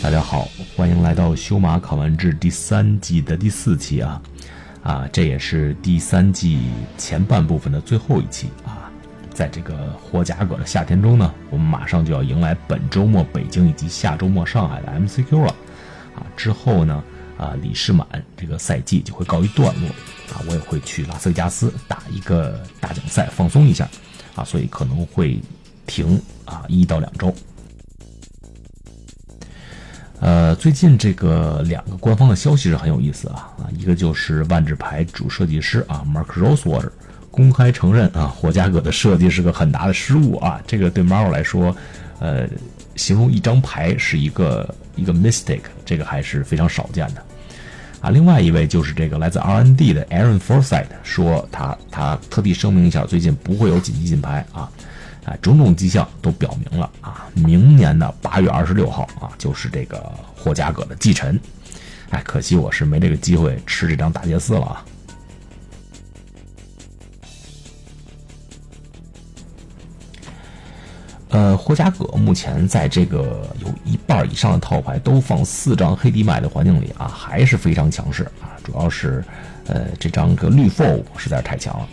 大家好，欢迎来到《修马考完制》第三季的第四期啊，啊，这也是第三季前半部分的最后一期啊。在这个活夹葛的夏天中呢，我们马上就要迎来本周末北京以及下周末上海的 MCQ 了啊。之后呢，啊，李世满这个赛季就会告一段落啊，我也会去拉斯维加斯打一个大奖赛放松一下啊，所以可能会停啊一到两周。呃，最近这个两个官方的消息是很有意思啊啊，一个就是万智牌主设计师啊，Mark Rosewater 公开承认啊，火加葛的设计是个很大的失误啊，这个对 Maro 来说，呃，形容一张牌是一个一个 mistake，这个还是非常少见的。啊，另外一位就是这个来自 R&D 的 Aaron Forsyth 说他他特地声明一下，最近不会有紧急进牌啊，啊，种种迹象都表明了啊，明年的八月二十六号啊，就是这个霍加葛的继承，哎，可惜我是没这个机会吃这张大祭司了啊。呃，霍加葛目前在这个有一半以上的套牌都放四张黑底买的环境里啊，还是非常强势啊。主要是，呃，这张这个绿 fold 实在是太强了。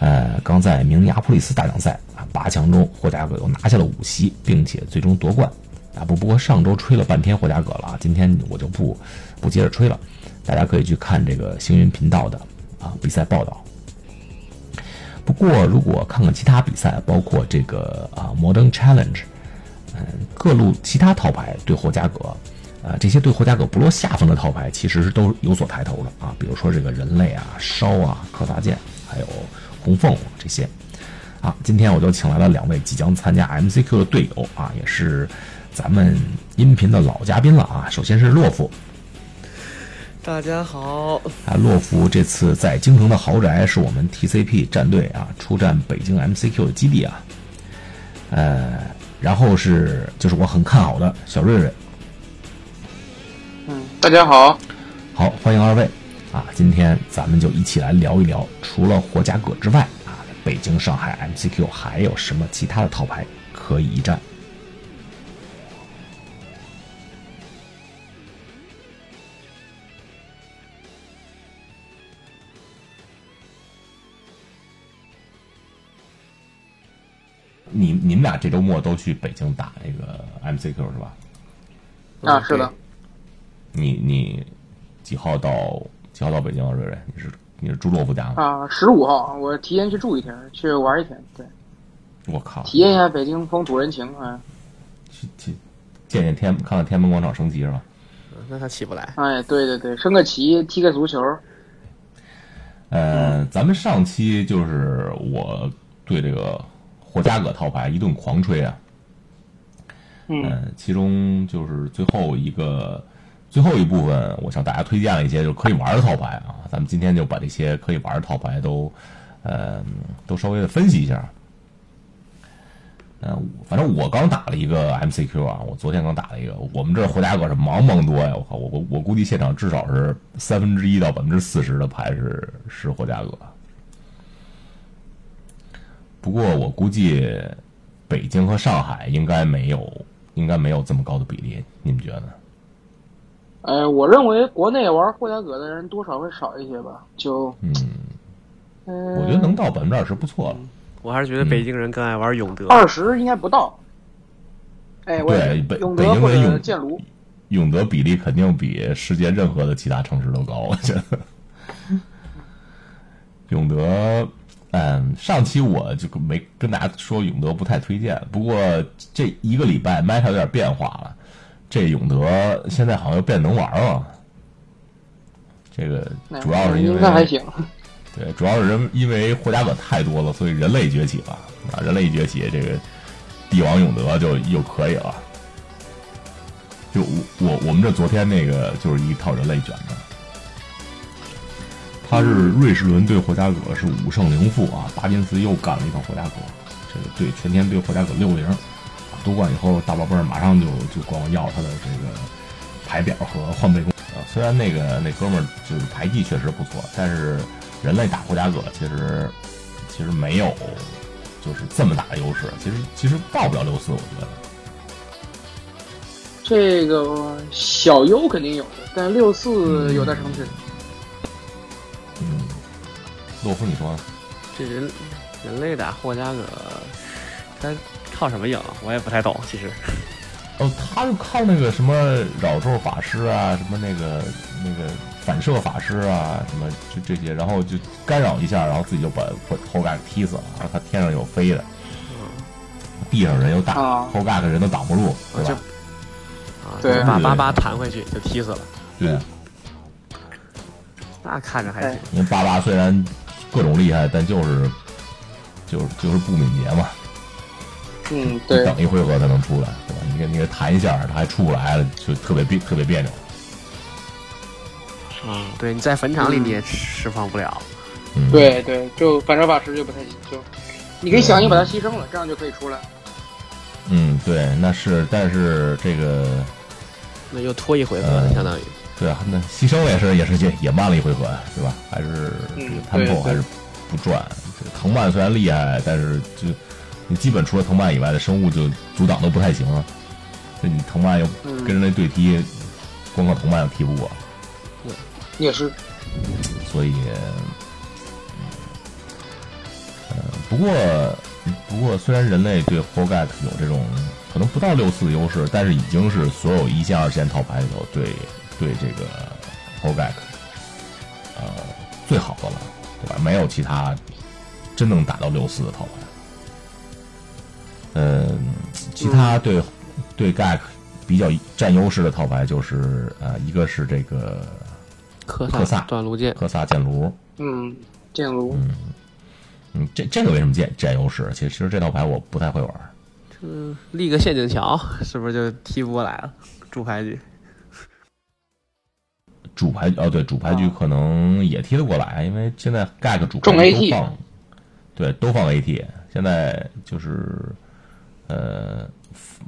呃，刚在明尼阿波利斯大奖赛啊八强中，霍加葛又拿下了五席，并且最终夺冠。啊，不不过上周吹了半天霍加葛了啊，今天我就不不接着吹了，大家可以去看这个星云频道的啊比赛报道。不过，如果看看其他比赛，包括这个啊 Modern Challenge，嗯，各路其他套牌对霍加葛，呃，这些对霍加葛不落下风的套牌，其实是都有所抬头的啊。比如说这个人类啊、烧啊、可萨剑，还有红凤凰这些。啊，今天我就请来了两位即将参加 MCQ 的队友啊，也是咱们音频的老嘉宾了啊。首先是洛夫，大家好，啊，洛夫这次在京城的豪宅是我们 TCP 战队啊出战北京 MCQ 的基地啊，呃，然后是就是我很看好的小瑞瑞，大家好，好，欢迎二位啊，今天咱们就一起来聊一聊，除了霍家葛之外啊，北京、上海 MCQ 还有什么其他的套牌可以一战？你你们俩这周末都去北京打那个 MCQ 是吧？嗯啊，是的，你你几号到几号到北京啊？瑞瑞，你是你是住洛夫家吗？啊，十五号我提前去住一天，去玩一天，对，我靠，体验一下北京风土人情啊，去去见见天，看看天安门广场升旗是吧？ 那他起不来。哎，对对对，升个旗，踢个足球，呃，嗯咱们上期就是我对这个霍加葛套牌一顿狂吹啊，嗯，呃，其中就是最后一个最后一部分，我向大家推荐了一些就是可以玩的套牌啊。咱们今天就把这些可以玩的套牌都，呃，都稍微的分析一下。啊嗯、反正我刚打了一个 MCQ 啊，我昨天刚打了一个，我们这儿回家可是茫茫多呀！我靠，我我我估计现场至少是三分之一到百分之四十的牌是是霍家葛。不过我估计北京和上海应该没有，应该没有这么高的比例，你们觉得呢？呃，我认为国内玩霍家葛的人多少会少一些吧，就，嗯，嗯，我觉得能到百分之二十不错了。我还是觉得北京人更爱玩永德。二十应该不到，哎，我对也北永北德京或跟者永建卢，永德比例肯定比世界任何的其他城市都高，我觉得。 永德，嗯，上期我就没跟大家说永德不太推荐，不过这一个礼拜 Meta 有点变化了，这永德现在好像又变能玩了。这个哎主要是因为应该还行， 对，主要是人因为霍家葛太多了，所以人类崛起了啊！人类崛起，这个帝王永德就又可以了。就我我我们这昨天那个就是一套人类卷的，他是瑞士轮对霍家葛是五胜零负啊，巴金斯又干了一套霍家葛，这个对全天对霍家葛六零啊，夺冠以后，大宝贝儿马上就就管我要他的这个排表和换背攻。啊，虽然那个那哥们儿就是牌技确实不错，但是人类打霍加葛其实其实没有就是这么大的优势，其实其实到不了六四，我觉得。这个小优肯定有的，但六四有待尝试。嗯，洛夫你说呢？这人人类打霍加葛，他靠什么赢？我也不太懂，其实。哦，他就靠那个什么绕咒法师啊，什么那个那个反射法师啊，什么就这些，然后就干扰一下，然后自己就把把后盖踢死了。然后他天上有飞的，地上人又大，啊后盖的人都挡不住，啊对吧？啊，对就把巴巴弹回去就踢死了，对，那看着还行。因为巴巴虽然各种厉害，但就是就是就是不敏捷嘛，嗯，对，等一回合才能出来，对吧？你给你给弹一下，他还出不来了，就特别别特别别扭。嗯，对，你在坟场里你也释放不了。嗯，，对对，就反正法师就不太行，就你可以想你把他牺牲了，这样就可以出来。嗯，对，那是，但是这个那又拖一回合，嗯相当于对啊，那牺牲也是也是也也慢了一回合呀，对吧？还是这个嗯 tempo 对对还是不转。这个藤蔓虽然厉害，但是就你基本除了藤蔓以外的生物就阻挡都不太行了。这你藤蔓又嗯跟人类对踢，光靠藤蔓又踢不过，也是，所以，嗯呃，不过不过虽然人类对 h o g a t 有这种可能不到六次的优势，但是已经是所有一线、二线套牌里头对对这个 h o g a t 呃最好的了，对吧？没有其他真能打到六四的套牌。嗯，其他对、对 GAC 比较占优势的套牌就是呃，一个是这个科萨科萨断路剑，科萨剑炉，嗯，剑炉，嗯，这这个为什么占占优势？其实其实这套牌我不太会玩儿，嗯，立个陷阱桥，是不是就踢不过来了？主牌局，主牌哦对，主牌局啊可能也踢得过来，因为现在 GAG 主牌重都 AT 放，对，都放 AT，现在就是呃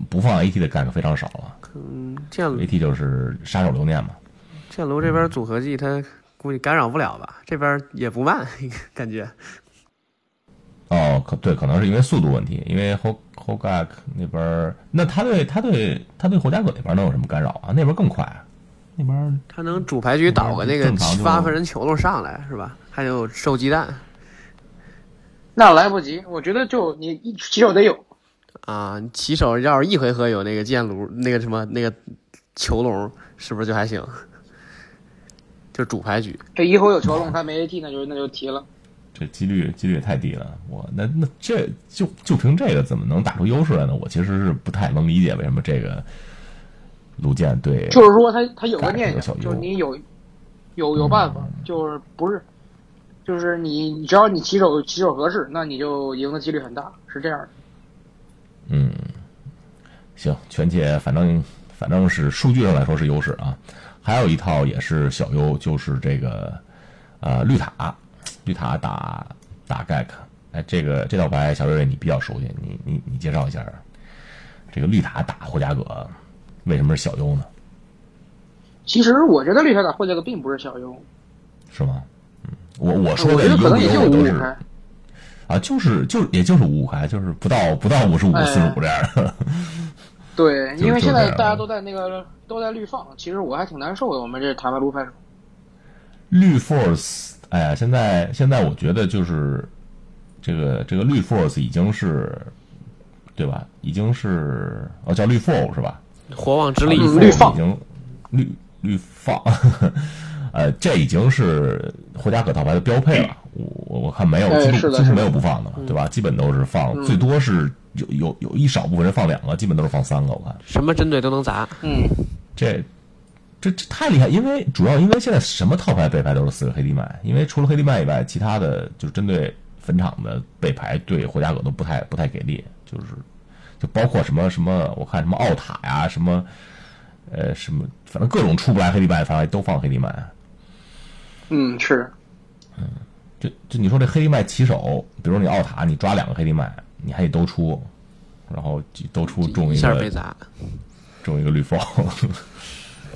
不放 AT 的 GAG 非常少了嗯，剑炉，AT 就是杀手留念嘛，剑炉这边组合技他估计干扰不了吧？这边也不慢， 感觉哦，可对，可能是因为速度问题，因为 Ho Hogak 那边儿，那他对他对他对霍加葛那边儿能有什么干扰啊？那边儿更快啊，那边儿他能主牌局倒个那个正常就八分人球路上来是吧？还有受鸡蛋那来不及，我觉得就你一起手得有，啊，你起手要是一回合有那个剑炉那个什么那个囚笼，是不是就还行？就主牌局，这一回有球龙，他没 AT，那就那就提了。这几率几率也太低了，我那那这就就凭这个怎么能打出优势来呢？我其实是不太能理解为什么这个卢健对就是说他他有改个这念个哎小想，优就是你有有有办法，就是不是，就是你你只要你起手起手合适，那你就赢的几率很大，是这样的。嗯，行，权且反正反正是数据上来说是优势啊。还有一套也是小优，就是这个呃绿塔，绿塔打打 GAC，哎，这个这套牌小瑞瑞你比较熟悉，你你你介绍一下这个绿塔打霍加葛为什么是小优呢？其实我觉得绿塔打霍加格并不是小优，是吗？嗯，我我说我的优觉得可能不也就优五都五是开。啊，就是就是也就是五五开，就是不到不到五十五哎四十五这样的。对，就因为就现这在样大家都在那个都在绿放，其实我还挺难受的。我们这塔巴卢派手，绿 force，哎呀，现在现在我觉得就是这个这个绿 force 已经是对吧？已经是哦叫绿 force 是吧？火网之啊力绿嗯 force 绿放已经绿绿放， 呃，这已经是霍加可套牌的标配了。我我我看没有哎几是乎几的乎是的嗯没有不放的，对吧？基本都是放，最多是有有有一少部分人放两个，基本都是放三个。我看什么针对都能砸。嗯，这这这太厉害，因为主要因为现在什么套牌背牌都是四个黑地麦，因为除了黑地麦以外，其他的就是针对坟场的背牌对霍家葛都不太不太给力，就是就包括什么什么，我看什么奥塔呀、什么呃什么，反正各种出不来黑地麦，反正都放黑地麦。嗯，是，就就你说这黑地麦起手，比如你奥塔，你抓两个黑地麦，你还得都出，然后都出中一一下被个砸。中一个绿 f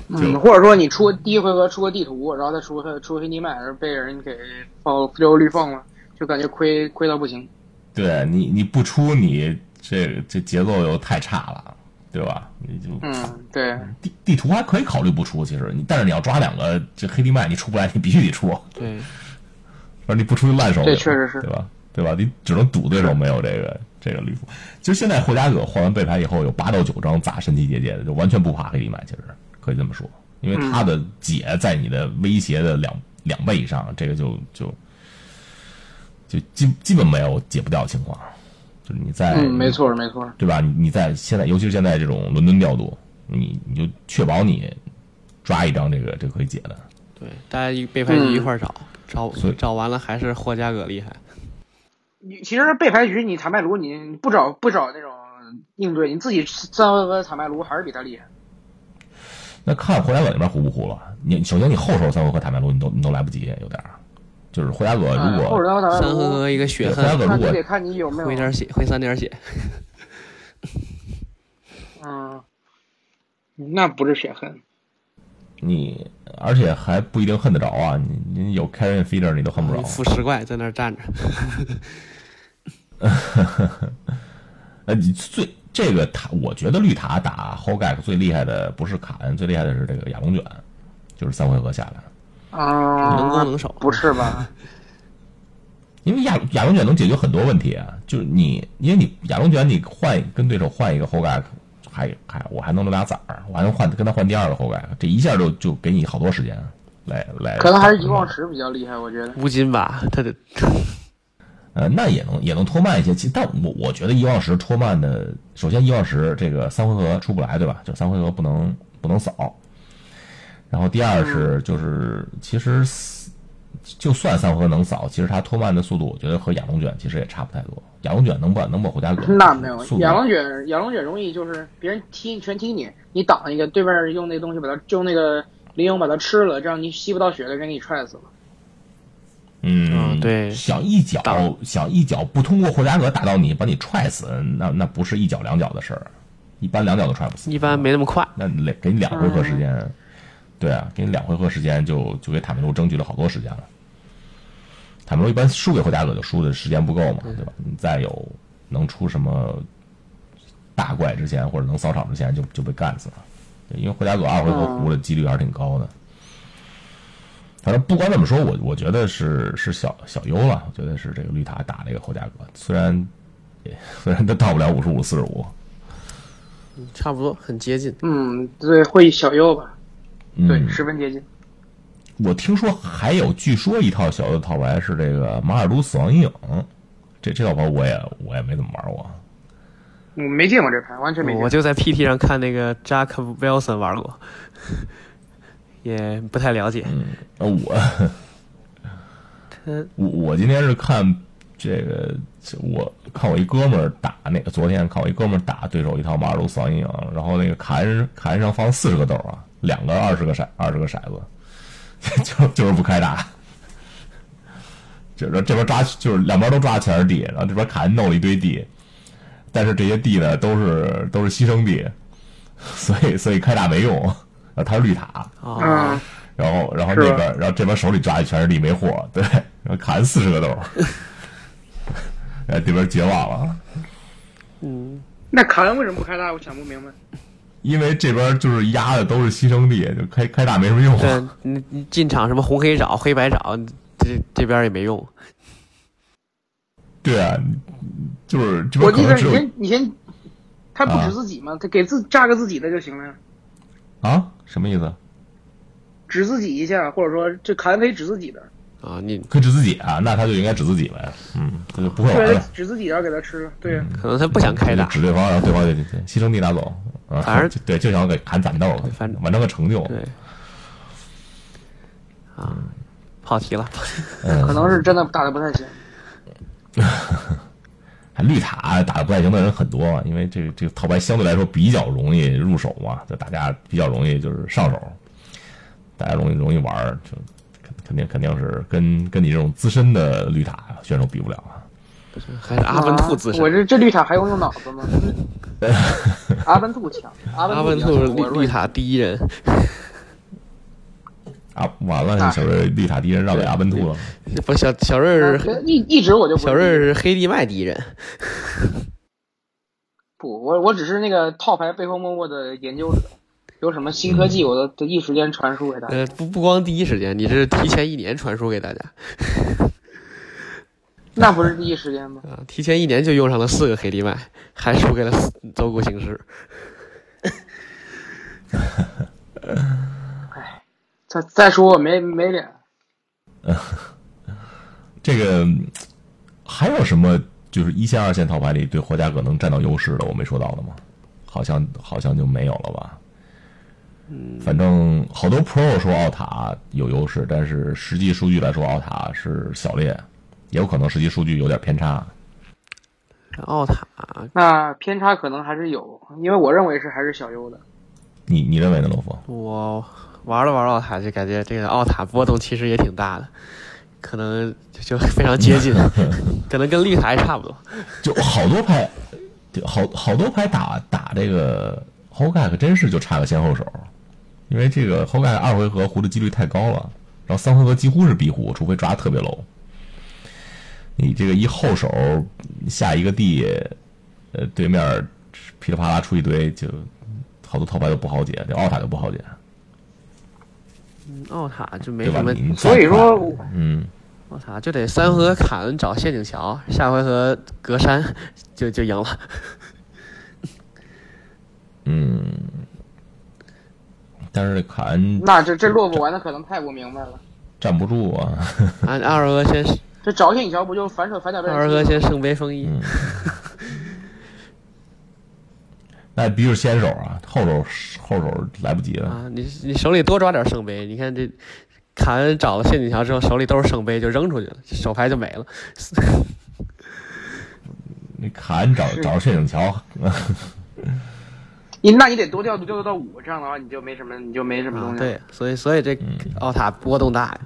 嗯，或者说你出第一回合出个地图，然后再出个出黑尼麦，而被人给爆溜绿缝了，就感觉亏亏到不行。对你你不出你这这节奏又太差了，对吧？你就嗯，对，地地图还可以考虑不出，其实你但是你要抓两个这黑地麦，你出不来，你必须得出，对，而你不出就烂手柄，这确实是对吧？对吧？你只能赌对手没有这个这个绿符。其实现在霍加葛换完背牌以后，有八到九张砸神奇结界的，就完全不怕黑地麦，其实可以这么说，因嗯为他的解在你的威胁的两两倍以上，这个就就就基基本没有解不掉的情况，就是你在嗯，没错没错，对吧？你你在现在，尤其是现在这种伦敦调度，你你就确保你抓一张这个这个可以解的。对，大家一被拍局嗯一块儿找，所找以找完了还是霍加葛厉害。你其实背牌局你坦白炉你你不找不找那种应对，你自己三回合坦白炉还是比他厉害。那看霍家葛那边糊不糊了？你首先你后手三回合坦白路你都你都来不及，有点儿，就是霍家葛如嗯，后果手坦白三回炉，合一个血对霍家恨，葛那如就果得看你有没回有点血，回三点血。嗯，那不是血恨。你而且还不一定恨得着啊，你你有 carry feeder 你都恨不着你。负十块在那儿站着，呃，你最这个塔，我觉得绿塔打 h o g a k 最厉害的不是卡恩，最厉害的是这个亚龙卷，就是三回合下来。嗯啊、能攻能守。不 是吧？因为亚亚龙卷能解决很多问题啊，就是你，因为你亚龙卷你换跟对手换一个后盖，还还我还能留俩崽儿，我还能换跟他换第二个后盖，这一下就就给你好多时间来来。可能还是一望池比较厉害，我觉得。乌金吧，他得呃，那也能也能拖慢一些，其但我我觉得一望石拖慢的，首先一望石这个三回合出不来，对吧？就三回合不能不能扫。然后第二是嗯就是其实四就算三回合能扫，其实它拖慢的速度，我觉得和亚龙卷其实也差不太多。亚龙卷能把能把胡家葛那没有速，度亚龙卷亚龙卷容易就是别人踢全踢你，你挡一个，对面用那东西把它用那个灵勇把它吃了，这样你吸不到血的人给你踹死了。嗯，嗯对想一脚挡想一脚不通过霍加格打到你，把你踹死，那那不是一脚两脚的事儿，一般两脚都踹不死。一般没那么快。那你得给你两回合时间，对啊，给你两回合时间就就给塔梅卢争取了好多时间了。塔梅卢一般输给霍加格就输的时间不够嘛，对吧？你再有能出什么大怪之前，或者能扫场之前就就被干死了，对因为霍加格二回合胡的几率还是挺高的。反正不管怎么说，我我觉得是是小小优了，我觉得是这个绿塔打这个霍加格，虽然也虽然他到不了五十五四十五，差不多，很接近。嗯，对，会小优吧？嗯、对，十分接近。我听说还有，据说一套小的套牌是这个马尔都死亡阴影，这这套牌我也我也没怎么玩过。我没见过这牌，完全没见我过。就在 PT 上看那个 Jack Wilson 玩过， 也不太了解。呃，我嗯，我我今天是看这个，这我看我一哥们儿打那个，昨天看我一哥们儿打对手一套马尔都死亡阴影，啊然后那个卡恩卡恩上放四十个豆儿啊，两个二十个骰二十个骰子， 就就是不开打。 就是这边抓，就是两边都抓全是地，然后这边卡恩弄了一堆地，但是这些地呢都是都是牺牲地，所以所以开打没用，然后他是绿塔，啊，嗯，然后然后是吧那边，然后这边手里抓的全是李梅货， 对，然后砍四十个豆儿， 然后这边绝望了，嗯，那卡恩为什么不开大？我想不明白。因为这边就是压的都是牺牲地，就开开大没什么用。啊对，你你进场什么红黑爪、黑白爪，这这边也没用。 对啊，就是这我边可记能只得以有前以前他不啊止自己吗？他给自炸个自己的就行了呀，啊，什么意思？指自己一下，或者说这卡恩可以指自己的，啊，你可以指自己啊，那他就应该指自己呗，嗯，他就不会对，玩他了，指自己然后给他吃了，对呀。可能他不想开就打，指对方，然后对方就就就牺牲地拿走，啊，反而就 对，就想给砍攒豆儿反正完成个成就，对，啊，跑题了，嗯可，能是真的打的不太行。还绿塔打得不太行的人很多嘛，因为这个这个套牌相对来说比较容易入手嘛，就大家比较容易就是上手，大家容易容易玩儿，就肯肯定肯定是跟跟你这种资深的绿塔选手比不了啊。 还是阿文兔自啊我身。这这绿塔还用用脑子吗？阿文兔强，阿阿文文比较兔是强我绿绿塔第一人，啊，完了，小瑞丽塔敌人让给阿文兔了。不小小瑞我儿这一一直我就不小瑞儿是黑地麦第一人。不，我我只是那个套牌背后默默的研究者，有什么新科嗯技，我都都一时间传输给大家。呃，不不光第一时间，你这是提前一年传输给大家那不是第一时间吗？啊，提前一年就用上了四个黑地麦，还输给了四邹固形式。再再说我没没脸，这个嗯还有什么就是一线、二线套牌里对霍家葛能占到优势的，我没说到的吗？好像好像就没有了吧。嗯，反正好多 Pro 说奥塔有优势，但是实际数据来说，奥塔是小劣，也有可能实际数据有点偏差。奥塔那偏差可能还是有，因为我认为是还是小优的。嗯你你认为呢，罗佛？我玩了玩奥塔，就感觉这个奥塔波动其实也挺大的，可能就就非常接近，可能跟绿塔还差不多。就好多牌，就好好多牌打打这个 h o g a 可真是就差个先后手，因为这个 h o g a 二回合胡的几率太高了，呃然后三回合几乎是必胡，除非抓得特别 low。你这个一后手下一个地，呃，对面噼里啪啦出一堆，就好多套牌都不好解，这奥塔就不好解，嗯奥塔就没对吧？什么，你所以 说，嗯，奥塔就得三回合卡恩找陷阱桥，下回合隔山就就赢了。但是卡恩那这这落不完的可能太不明白了。站不住 啊，按二回合先这找线一条不就反手反脚被二回合人踢吗？先圣杯封一，那必须是先手啊，后手后手来不及了。啊，你你手里多抓点圣杯，你看这卡恩找了陷阱桥之后，手里都是圣杯，就扔出去了，手牌就没了。那卡恩找找着摄影桥，你那你得多调多调到五，这样的话你就没什么，你就没什么东啊西。，对，所以所以这奥塔波动大呀。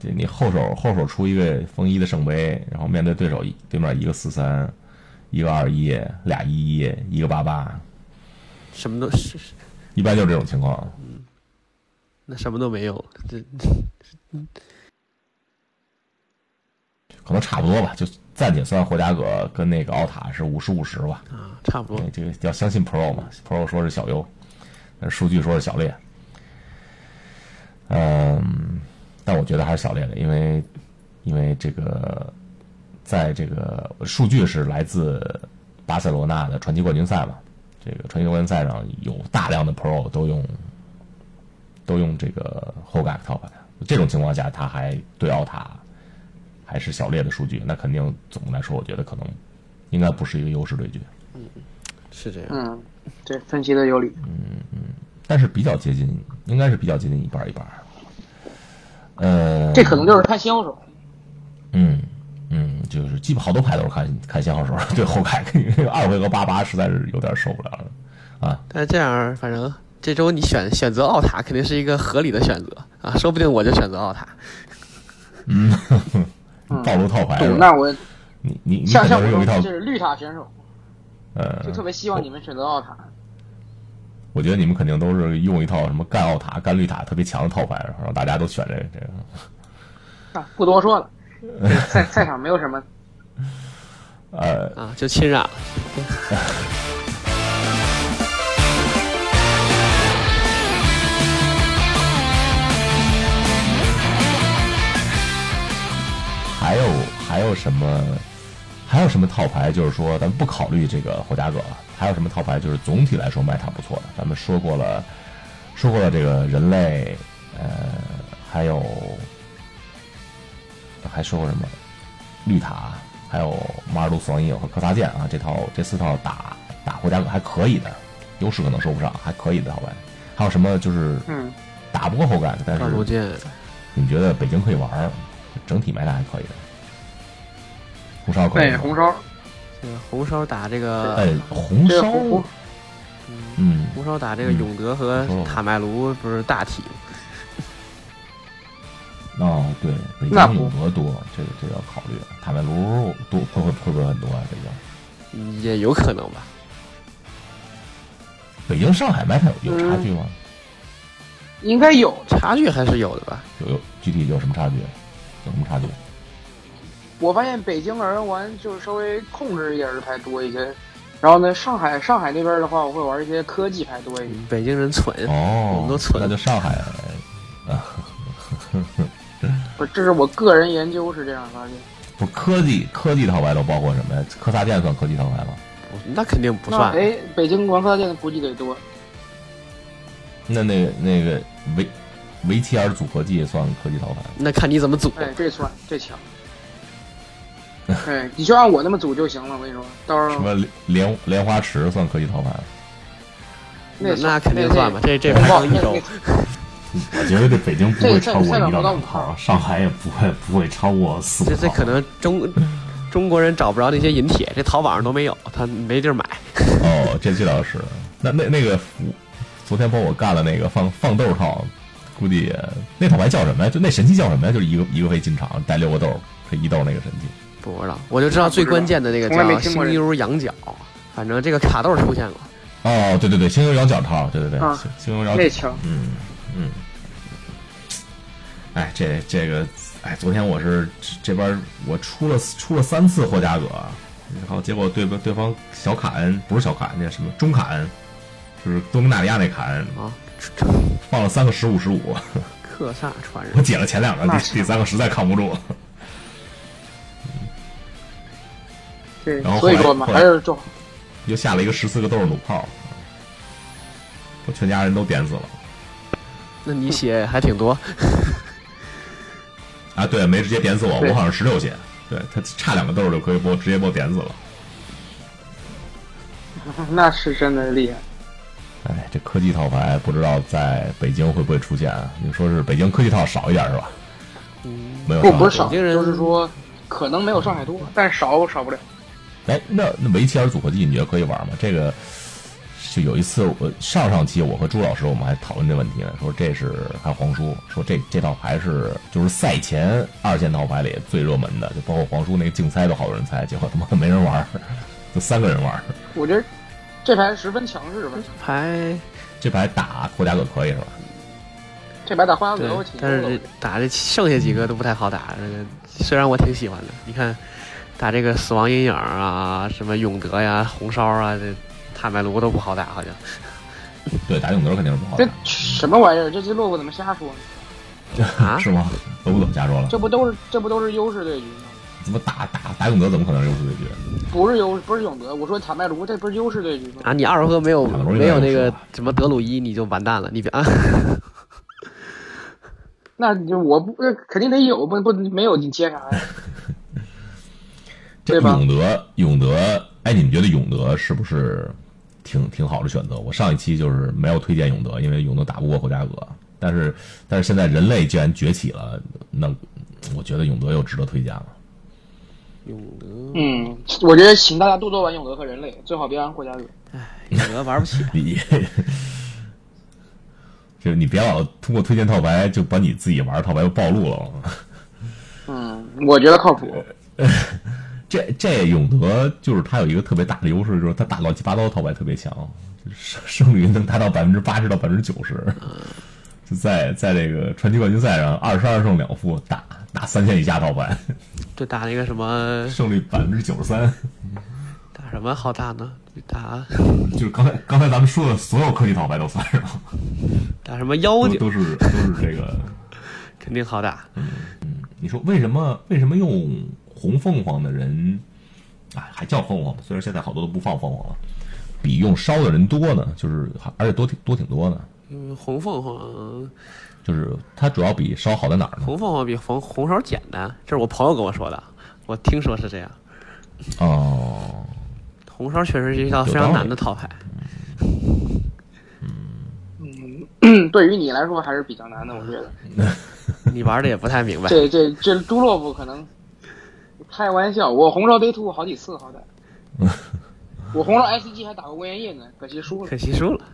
这你后手后手出一个风衣的圣杯，然后面对对手一对面一个四三，一个二一，俩一一，一个八八，什么都是是一般就是这种情况。那什么都没有，这可能差不多吧，就暂且算霍加葛跟那个奥塔是五十五十吧。啊差不多对，这个要相信 Pro 嘛，Pro 说是小优，但是数据说是小劣。嗯，但我觉得还是小劣的，因为因为这个在这个数据是来自巴塞罗那的传奇冠军赛嘛，这个传奇冠军赛上有大量的 Pro 都用都用这个 Hogak 套牌，这种情况下他还对奥塔还是小劣的数据，那肯定总的来说，我觉得可能应该不是一个优势对决。是这样。嗯，对，分析的有理。嗯但是比较接近，应该是比较接近一半儿一半儿。呃，这可能就是看先后手。嗯嗯，就是基本好多牌都是看看先后手，对后排二回合八八实在是有点受不了了。但是这样，反正这周你选选择奥塔肯定是一个合理的选择啊，说不定我就选择奥塔。暴露套牌是吧？那我你哎你你嗯像肯像定我是用一这种套就是绿塔选手，呃就，特别希望你们选择奥塔。我觉得你们肯定都是用一套什么干奥塔、干绿塔特别强的套牌，然后大家都选这个这个。那啊不多说 了，这赛赛场没有什么呃，啊，就亲染了。还有还有什么？还有什么套牌？就是说，咱们不考虑这个霍家葛，还有什么套牌？就是总体来说卖塔不错的。咱们说过了，说过了这个人类，呃，还有还说过什么？绿塔，还有马尔鲁索尼和科萨剑啊，这套这四套打打霍家葛还可以的，优势可能说不上，还可以的套牌。还有什么就是 嗯打不过后感，但是赵如剑，你们觉得北京可以玩儿，整体卖的还可以的。红烧可以对吗，哎红烧，这个红烧打这个哎，红这烧个，红嗯，红嗯烧打这个永德和塔麦卢不是大体哦，对，北那京不有多多，这个这个要考虑。塔梅卢多会会会不会很多啊？北京，嗯也有可能吧。北京上海买场有有差距吗？应该有。差距还是有的吧。嗯有有具体有什么差距？有什么差距？我发现北京人玩就是稍微控制一点的牌多一些，然后呢，上海上海那边的话，我会玩一些科技牌多一嗯些。北京人蠢，哦，我们都蠢那就上海不是，这是我个人研究是这样发现。不是科技科技套牌都包括什么呀？科萨店算科技套牌吗？我那肯定不那算。哎，北京玩科技的估计得多。那那个那个维维齐尔组合技算科技套牌吗？那看你怎么组。哎，这算这 强。哎，你就按我那么组就行了。我跟你说，到时什候么莲莲莲花池算科技套牌吗？那那肯定算吧，这这这牌刚一周，我觉得这北京不这会个超过赛一场到不到两五套，套上海也不会不会超过四五这套。这可能中中国人找不着那些银铁，这淘宝上都没有，他没地儿买。哦，这这倒是。那那那个我昨天帮我干了那个放放豆套，估计也那套牌叫什么呀？就那神器叫什么呀？就是一个一个飞进场带六个豆，配一豆那个神器。不知道，我就知道最关键的那个从来没叫听过新这个优羊角，反正这个卡豆出现过。哦，对对对，星游摇脚套，对对对，啊星星游摇那强。嗯，嗯，哎，这这个，哎，昨天我是这边儿我出了出了三次霍家葛，然后结果对对方小卡恩不是小卡恩，那什么中卡恩，就是多米纳利亚那卡恩，啊，这这放了三个十五十五，克萨传我人，解了前两个，那第第三个实在扛不住。对然后，后所来以说嘛，后来还是就又下了一个十四个豆儿弩炮，我全家人都点死了。那你血还挺多。啊，对，没直接点死我，对我好像十六血，对他差两个豆儿就可以给我直接给我点死了。嗯那是真的厉害。哎，这科技套牌不知道在北京会不会出现啊？你说是北京科技套少一点是吧？没有不上不是少，北京人就是说可能没有上海多，但是少少不了。哎，那那维齐尔组合技你觉得可以玩吗？这个就有一次我上上期我和朱老师我们还讨论这问题呢，说这是还有黄叔说这这套牌是就是赛前二线套牌里最热门的，就包括黄叔那个竞猜都好多人猜，结果他妈没人玩儿，就三个人玩儿。我觉得这牌十分强势吧，牌这牌打霍家葛可以是吧？这牌打花对格我挺，但是这打这剩下几个都不太好打。这个虽然我挺喜欢的，你看打这个死亡阴影啊，什么永德呀、红烧啊，这塔麦卢都不好打，好像。对，打永德肯定是不好这打，什么玩意儿？这这洛布怎么瞎说呢？啊是吗？我不懂瞎说了，这不都是这不都是优势对局吗？怎么打打打永德怎么可能是优势对决？不是优不是永德，我说坦麦卢这不是优势对局吗？啊，你二回合没有塔麦卢应该没有那有个是吧什么德鲁伊，你就完蛋了。你别啊，那你就我不那肯定得有，不不没有你接啥呀？这对吧永德，永德，哎，你们觉得永德是不是挺挺好的选择？我上一期就是没有推荐永德，因为永德打不过霍家葛。但是，但是现在人类既然崛起了，那我觉得永德又值得推荐了。永德嗯，我觉得请大家多多玩永德和人类，最好别玩霍家葛。永德玩不起。你， 就是你别老通过推荐套牌就把你自己玩的套牌又暴露了。嗯，我觉得靠谱。这这永德就是他有一个特别大的优势，就是他打乱七八糟的套牌特别强，胜胜率能达到百分之八十到百分之九十。就在在这个传奇冠军赛上，二十二胜两负，打打三千以下套牌， 就打那个什么胜率百分之九十三。打什么好打呢？打就是刚才刚才咱们说的所有科技套牌都算上，打什么妖都精都是都是这个。肯定好打。你说为什么为什么用红凤凰的人，啊还叫凤凰吧？虽然现在好多都不放凤凰了，比用烧的人多呢，就是而且多挺多挺多呢。嗯，红凤凰，就是它主要比烧好在哪儿呢？红凤凰比红红烧简单，这是我朋友跟我说的，我听说是这样。哦，红烧确实是一道非有道常理难的套牌，嗯，对于你来说还是比较难的，我觉得。你玩的也不太明白。这这这朱洛 夫可能开玩笑，我红烧 day two 好几次，好歹。我红烧 SG 还打过魏延业呢，可惜输了，可惜 输了，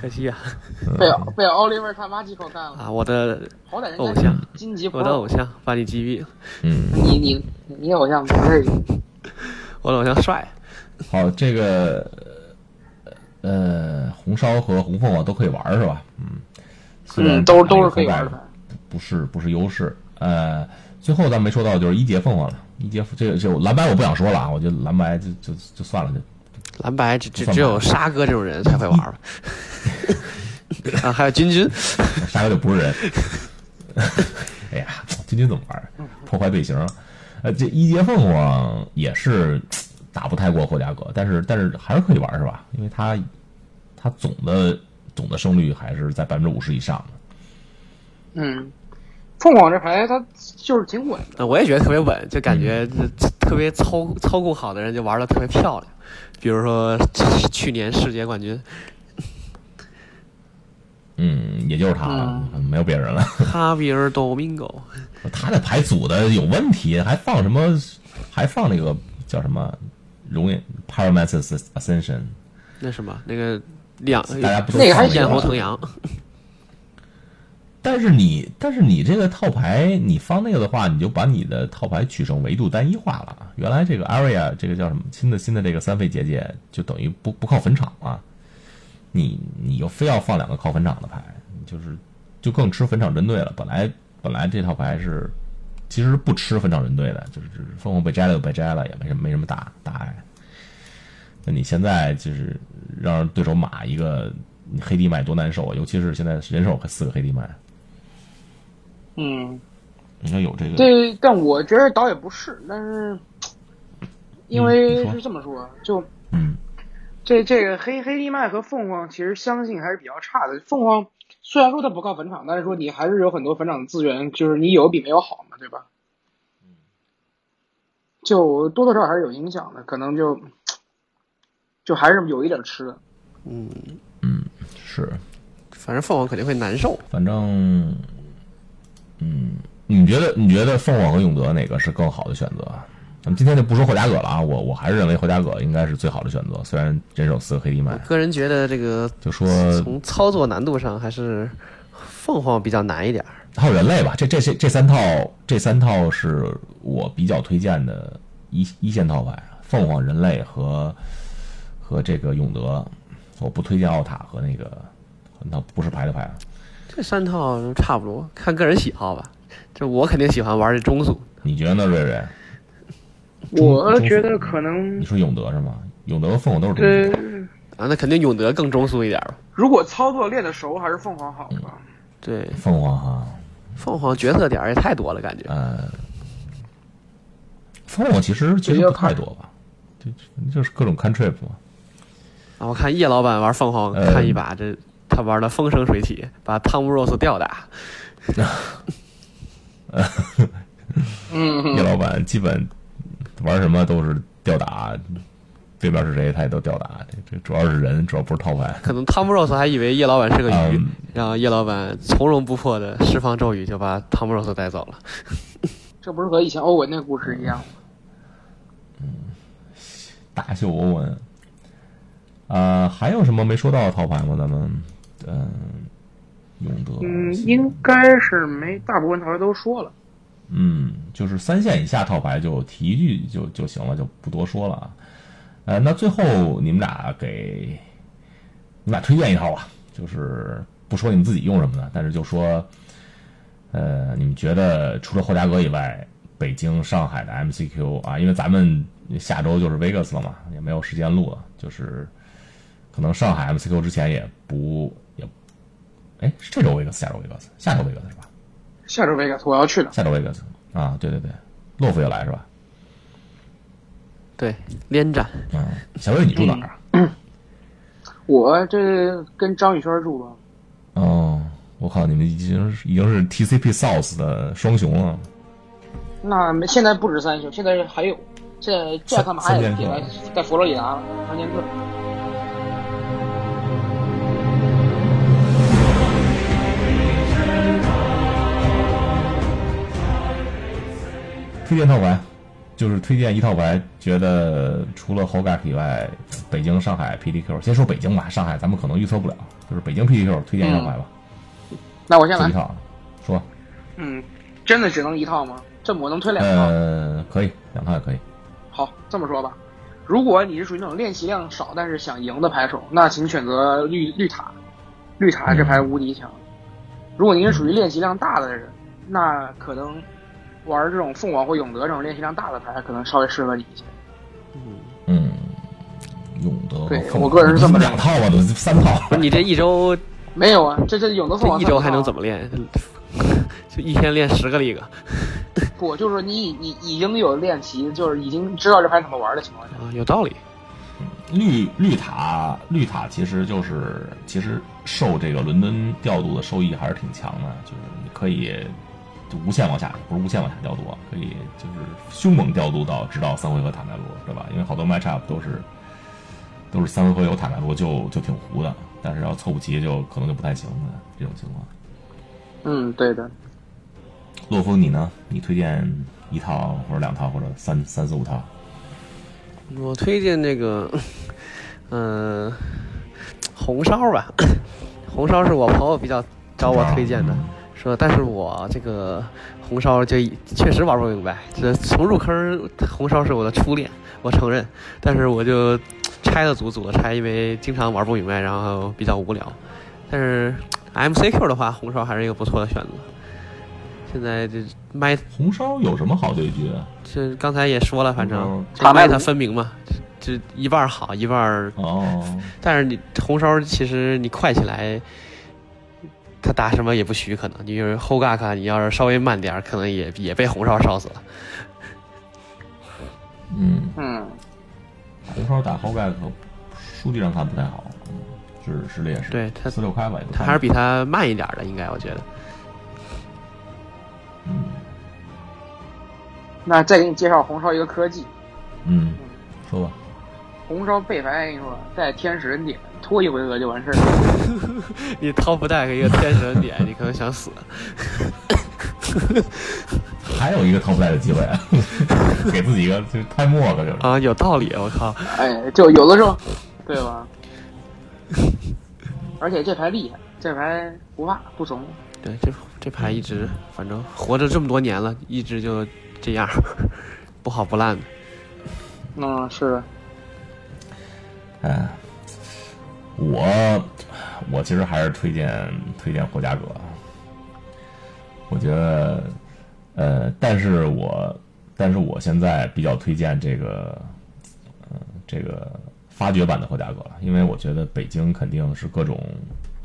可惜呀被被奥利弗他妈几口干了。啊！我的好歹人偶家像金级不我的偶像把你击毙了，嗯，你你你偶像不是我的偶像帅，好，这个呃，红烧和红凤凰都可以玩是吧？嗯，虽然嗯，都都是可以玩覆盖的。不是不是优势。呃，最后咱没说到就是一杰凤凰了，一杰这个这个蓝白我不想说了啊，我觉得蓝白就就就算了，就蓝白只只不算只有吧沙哥这种人才会玩 吧。啊，还有君君，沙哥就不是人。哎呀，君君怎么玩儿？破坏队形了。呃，这一杰凤凰也是打不太过霍家哥，但是但是还是可以玩儿是吧？因为他他总的总的胜率还是在百分之五十以上的。嗯，凤凰这牌它就是挺稳的，呃我也觉得特别稳，就感觉嗯这特别操操控好的人就玩的特别漂亮。比如说去年世界 冠军，嗯，也就是他了，没有别人了。 哈维尔·多明戈，他这牌组的有问题，还放什么？还放那个叫什么？容易 p a r a m e t r s Ascension，那什么那个两大家不都哎那个还放咽吗喉 疼痒，但是你，但是你这个套牌，你放那个的话，你就把你的套牌取成维度单一化了。原来这个 area 这个叫什么新的新的这个三费结界，就等于不不靠坟场了。你你又非要放两个靠坟场的牌，就是就更吃坟场针对了。本来本来这套牌是其实不吃坟场针对的，就是就是凤凰被摘了就被摘了，也没什么没什么大大碍。那你现在就是让对手码一个你黑地麦多难受啊！尤其是现在人手四个黑地麦，嗯，你看有这个，对，但我觉得倒也不是，但是因为是这么说，就嗯这这个黑黑地麦和凤凰其实相性还是比较差的。凤凰虽然说它不靠坟场，但是说你还是有很多坟场的资源，就是你有比没有好嘛，对吧？就多多少少还是有影响的，可能就就还是有一点吃的。嗯，嗯，是，反正凤凰肯定会难受。反正，嗯，你觉得你觉得凤凰和永德哪个是更好的选择？啊咱们今天就不说霍家葛了啊，我我还是认为霍家葛应该是最好的选择，虽然人手四个黑地麦，个人觉得这个就说从操作难度上还是凤凰比较难一点儿。还有人类吧，这这这这三套这三套是我比较推荐的一一线套牌，凤凰、人类和和这个永德，我不推荐奥塔和那个那不是牌的牌啊，这三套差不多，看个人喜好吧。这我肯定喜欢玩这中速，你觉得呢，瑞瑞？我中觉得可能你，说永德是吗？永德和凤凰都是中呃速，，啊，那肯定永德更中速一点吧。如果操作练得熟，还是凤凰好吧。对，凤凰哈，凤凰角色点儿也太多了，感觉。呃，凤凰其实其实不太多吧，就就是各种 country 嘛。啊，我看叶老板玩凤凰呃看一把，这他玩的风生水起，把汤姆·罗斯吊打。嗯，叶老板基本玩什么都是吊打，对面是谁他也都吊打，这这主要是人，主要不是套牌。可能汤姆·罗斯还以为叶老板是个鱼，嗯然后叶老板从容不迫的释放咒语，就把汤姆·罗斯带走了。这不是和以前欧文那个故事一样吗？大秀欧文，呃，还有什么没说到的套牌吗？咱们嗯、永德，嗯，应该是没，大部分同学都说了。嗯，就是三线以下套牌就提一句就就行了，就不多说了啊。呃，那最后你们俩给你们俩推荐一套吧，就是不说你们自己用什么的，但是就说，呃，你们觉得除了霍家阁以外，北京、上海的 MCQ 啊，因为咱们下周就是 Vegas 了嘛，也没有时间录了，就是可能上海 MCQ 之前也不也，哎，是这周 Vegas，下周 Vegas，下周 Vegas 是吧？下周 Vegas 我要去的，下周维克斯啊，对对对，洛夫也来是吧？对，连斩。嗯，小薇你住哪儿啊？我这跟张宇轩住吧。嗯哦，我靠，你们已经是已经是 TCP South 的双雄了，那没现在不止三雄，现在还有，现在这他妈三也三剑也客来在佛罗里达了，三剑客。推荐套牌，就是推荐一套牌，觉得除了 Hogak 以外，北京、上海 PDQ，先说北京吧，上海咱们可能预测不了，就是北京 PDQ 推荐一套牌吧，那我先就一来，套，说，嗯，真的只能一套吗？这我能推两套。呃，可以，两套也可以，好，这么说吧，如果你是属于那种练习量少但是想赢的牌手，那请选择绿绿塔，绿塔这牌无敌强。如果您是属于练习量大的人，那可能玩这种凤凰或永德这种练习量大的牌，可能稍微适合你一些。嗯，永德和对凤凰，我个人是这么认两为套啊吧，都三套，不是你这一周，没有啊，这这永德凤这凰一周还能怎么？么练？ 就一天练十个 league 啊，不，就是说你已你已经有练习，就是已经知道这牌怎么玩的情况下，有道理。绿绿塔绿塔其实就是其实受这个伦敦调度的收益还是挺强的，就是你可以就无限往下，不是无限往下调度啊，可以就是凶猛调度到直到三回合坦白罗，对吧？因为好多 matchup 都是都是三回合有坦白罗就就挺糊的，但是要凑不齐就可能就不太行的这种情况。嗯，对的。洛夫你呢？你推荐一套或者两套或者三三四五套？我推荐这个，嗯、红烧吧，红烧是我朋友比较找我推荐的，嗯说，但是我这个红烧就确实玩不明白，这从入坑红烧是我的初恋，我承认，但是我就拆了组组了拆，因为经常玩不明白，然后比较无聊。但是哎 MCQ 的话，红烧还是一个不错的选择。现在这麦红烧有什么好对决？啊这刚才也说了，反正红这塔麦麦卢它分明嘛，这这一半儿好一半儿烧哦，但是你红烧其实你快起来，他打什么也不许可能。你就是后嘎卡，你要是稍微慢点儿，可能也也被红烧烧死了。嗯。嗯，红烧打后盖可数据上看不太好，嗯是是这也是，对他四六开吧也不他看还是比他慢一点儿的，应该我觉得。嗯那再给你介绍红烧一个科技，嗯，说吧，红烧背牌跟你说，在天使恩典拖一回合就完事儿了。 你掏不带一个天神点，你可能想死。还有一个 top 赛的机会，啊 给自己一个就是太磨了，就是啊，有道理，我靠！哎，就有的时候，对吧？而且这牌厉害，这牌不怕不怂。对，这这牌一直，反正活着这么多年了，一直就这样， 不好不烂的。嗯，是的，哎，我我其实还是推荐推荐霍家葛，我觉得，呃，但是我但是我现在比较推荐这个，呃，这个发掘版的霍家葛了，因为我觉得北京肯定是各种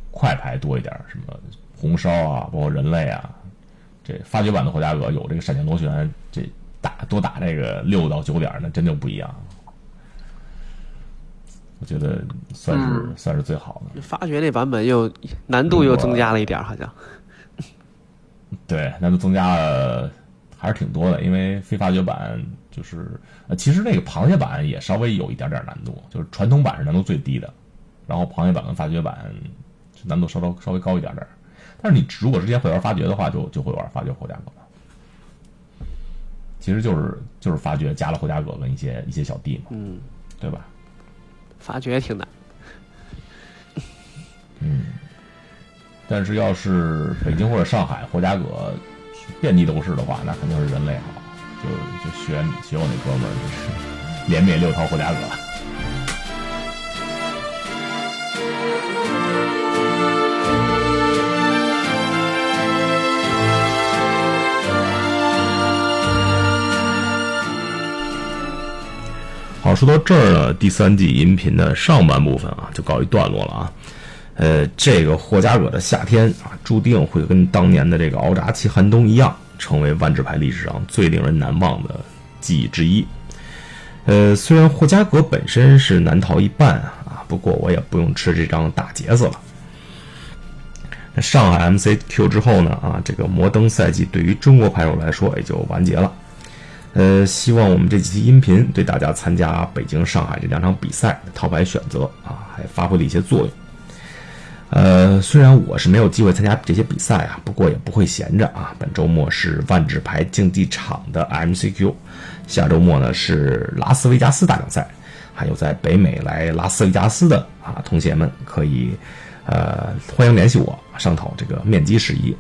快牌多一点儿，什么红烧啊，包括人类啊，这发掘版的霍家葛有这个闪电螺旋，这打多打这个六到九点儿，那真就不一样。我觉得算是、嗯算是最好的，发掘那版本又难度又增加了一点儿，好像。对，难度增加了还是挺多的，因为非发掘版就是呃，其实那个螃蟹版也稍微有一点点难度，就是传统版是难度最低的，然后螃蟹版跟发掘版难度稍稍稍微高一点点儿，但是你如果之前会玩发掘的话，就就会玩发掘后加格了。其实就是就是发掘加了后加格跟一些一些小弟嘛，嗯，对吧？发掘也挺难。但是要是北京或者上海霍家葛遍地都是的话，那肯定是人类好，就就学学我那哥们儿，就是连灭六套霍家葛。好，说到这儿呢，第三季音频的上半部分啊，就告一段落了啊。呃，这个霍家葛的夏天啊，注定会跟当年的这个敖扎旗寒冬一样，成为万智牌历史上最令人难忘的记忆之一。呃，虽然霍家葛本身是难逃一半啊，不过我也不用吃这张大结子了。那上海 MCQ 之后呢，啊，这个摩登赛季对于中国牌手来说也就完结了。呃，希望我们这几期音频对大家参加北京、上海这两场比赛的套牌选择啊，还发挥了一些作用。呃，虽然我是没有机会参加这些比赛啊，不过也不会闲着啊。本周末是万智牌竞技场的 MCQ，下周末呢是拉斯维加斯大奖赛，还有在北美来拉斯维加斯的啊同学们可以，呃，欢迎联系我商讨这个面基事宜。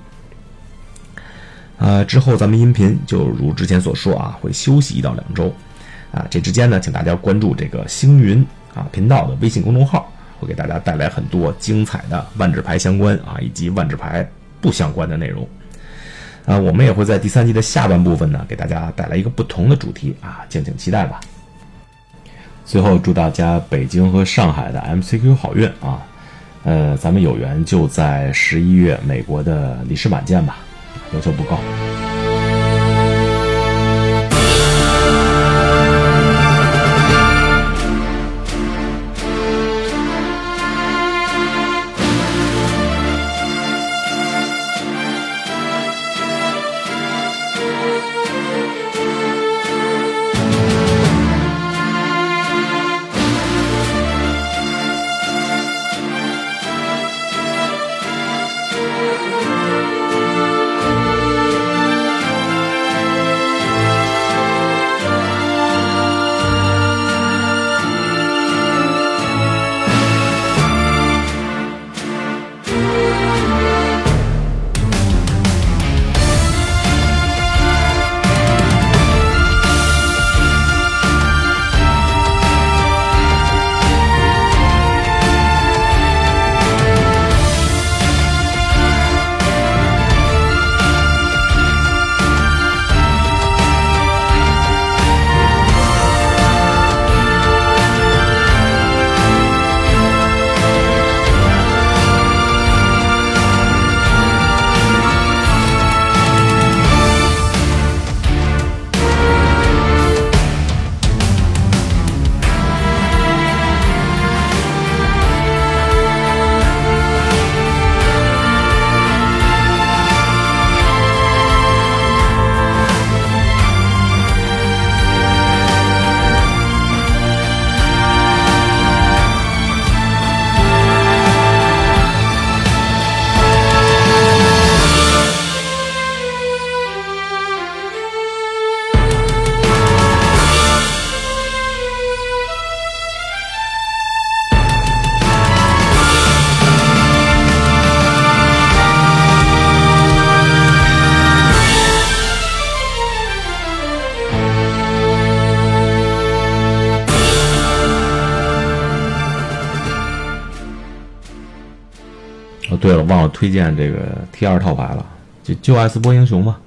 呃，之后咱们音频就如之前所说啊，会休息一到两周。啊，这之间呢，请大家关注这个星云啊频道的微信公众号，会给大家带来很多精彩的万智牌相关啊以及万智牌不相关的内容。啊，我们也会在第三季的下半部分呢，给大家带来一个不同的主题啊，敬请期待吧。最后祝大家北京和上海的 MCQ 好运啊！呃，咱们有缘就在十一月美国的里士满见吧，要求不高。哦，对了，忘了推荐这个 T 二套牌了，就就爱斯波英雄吧。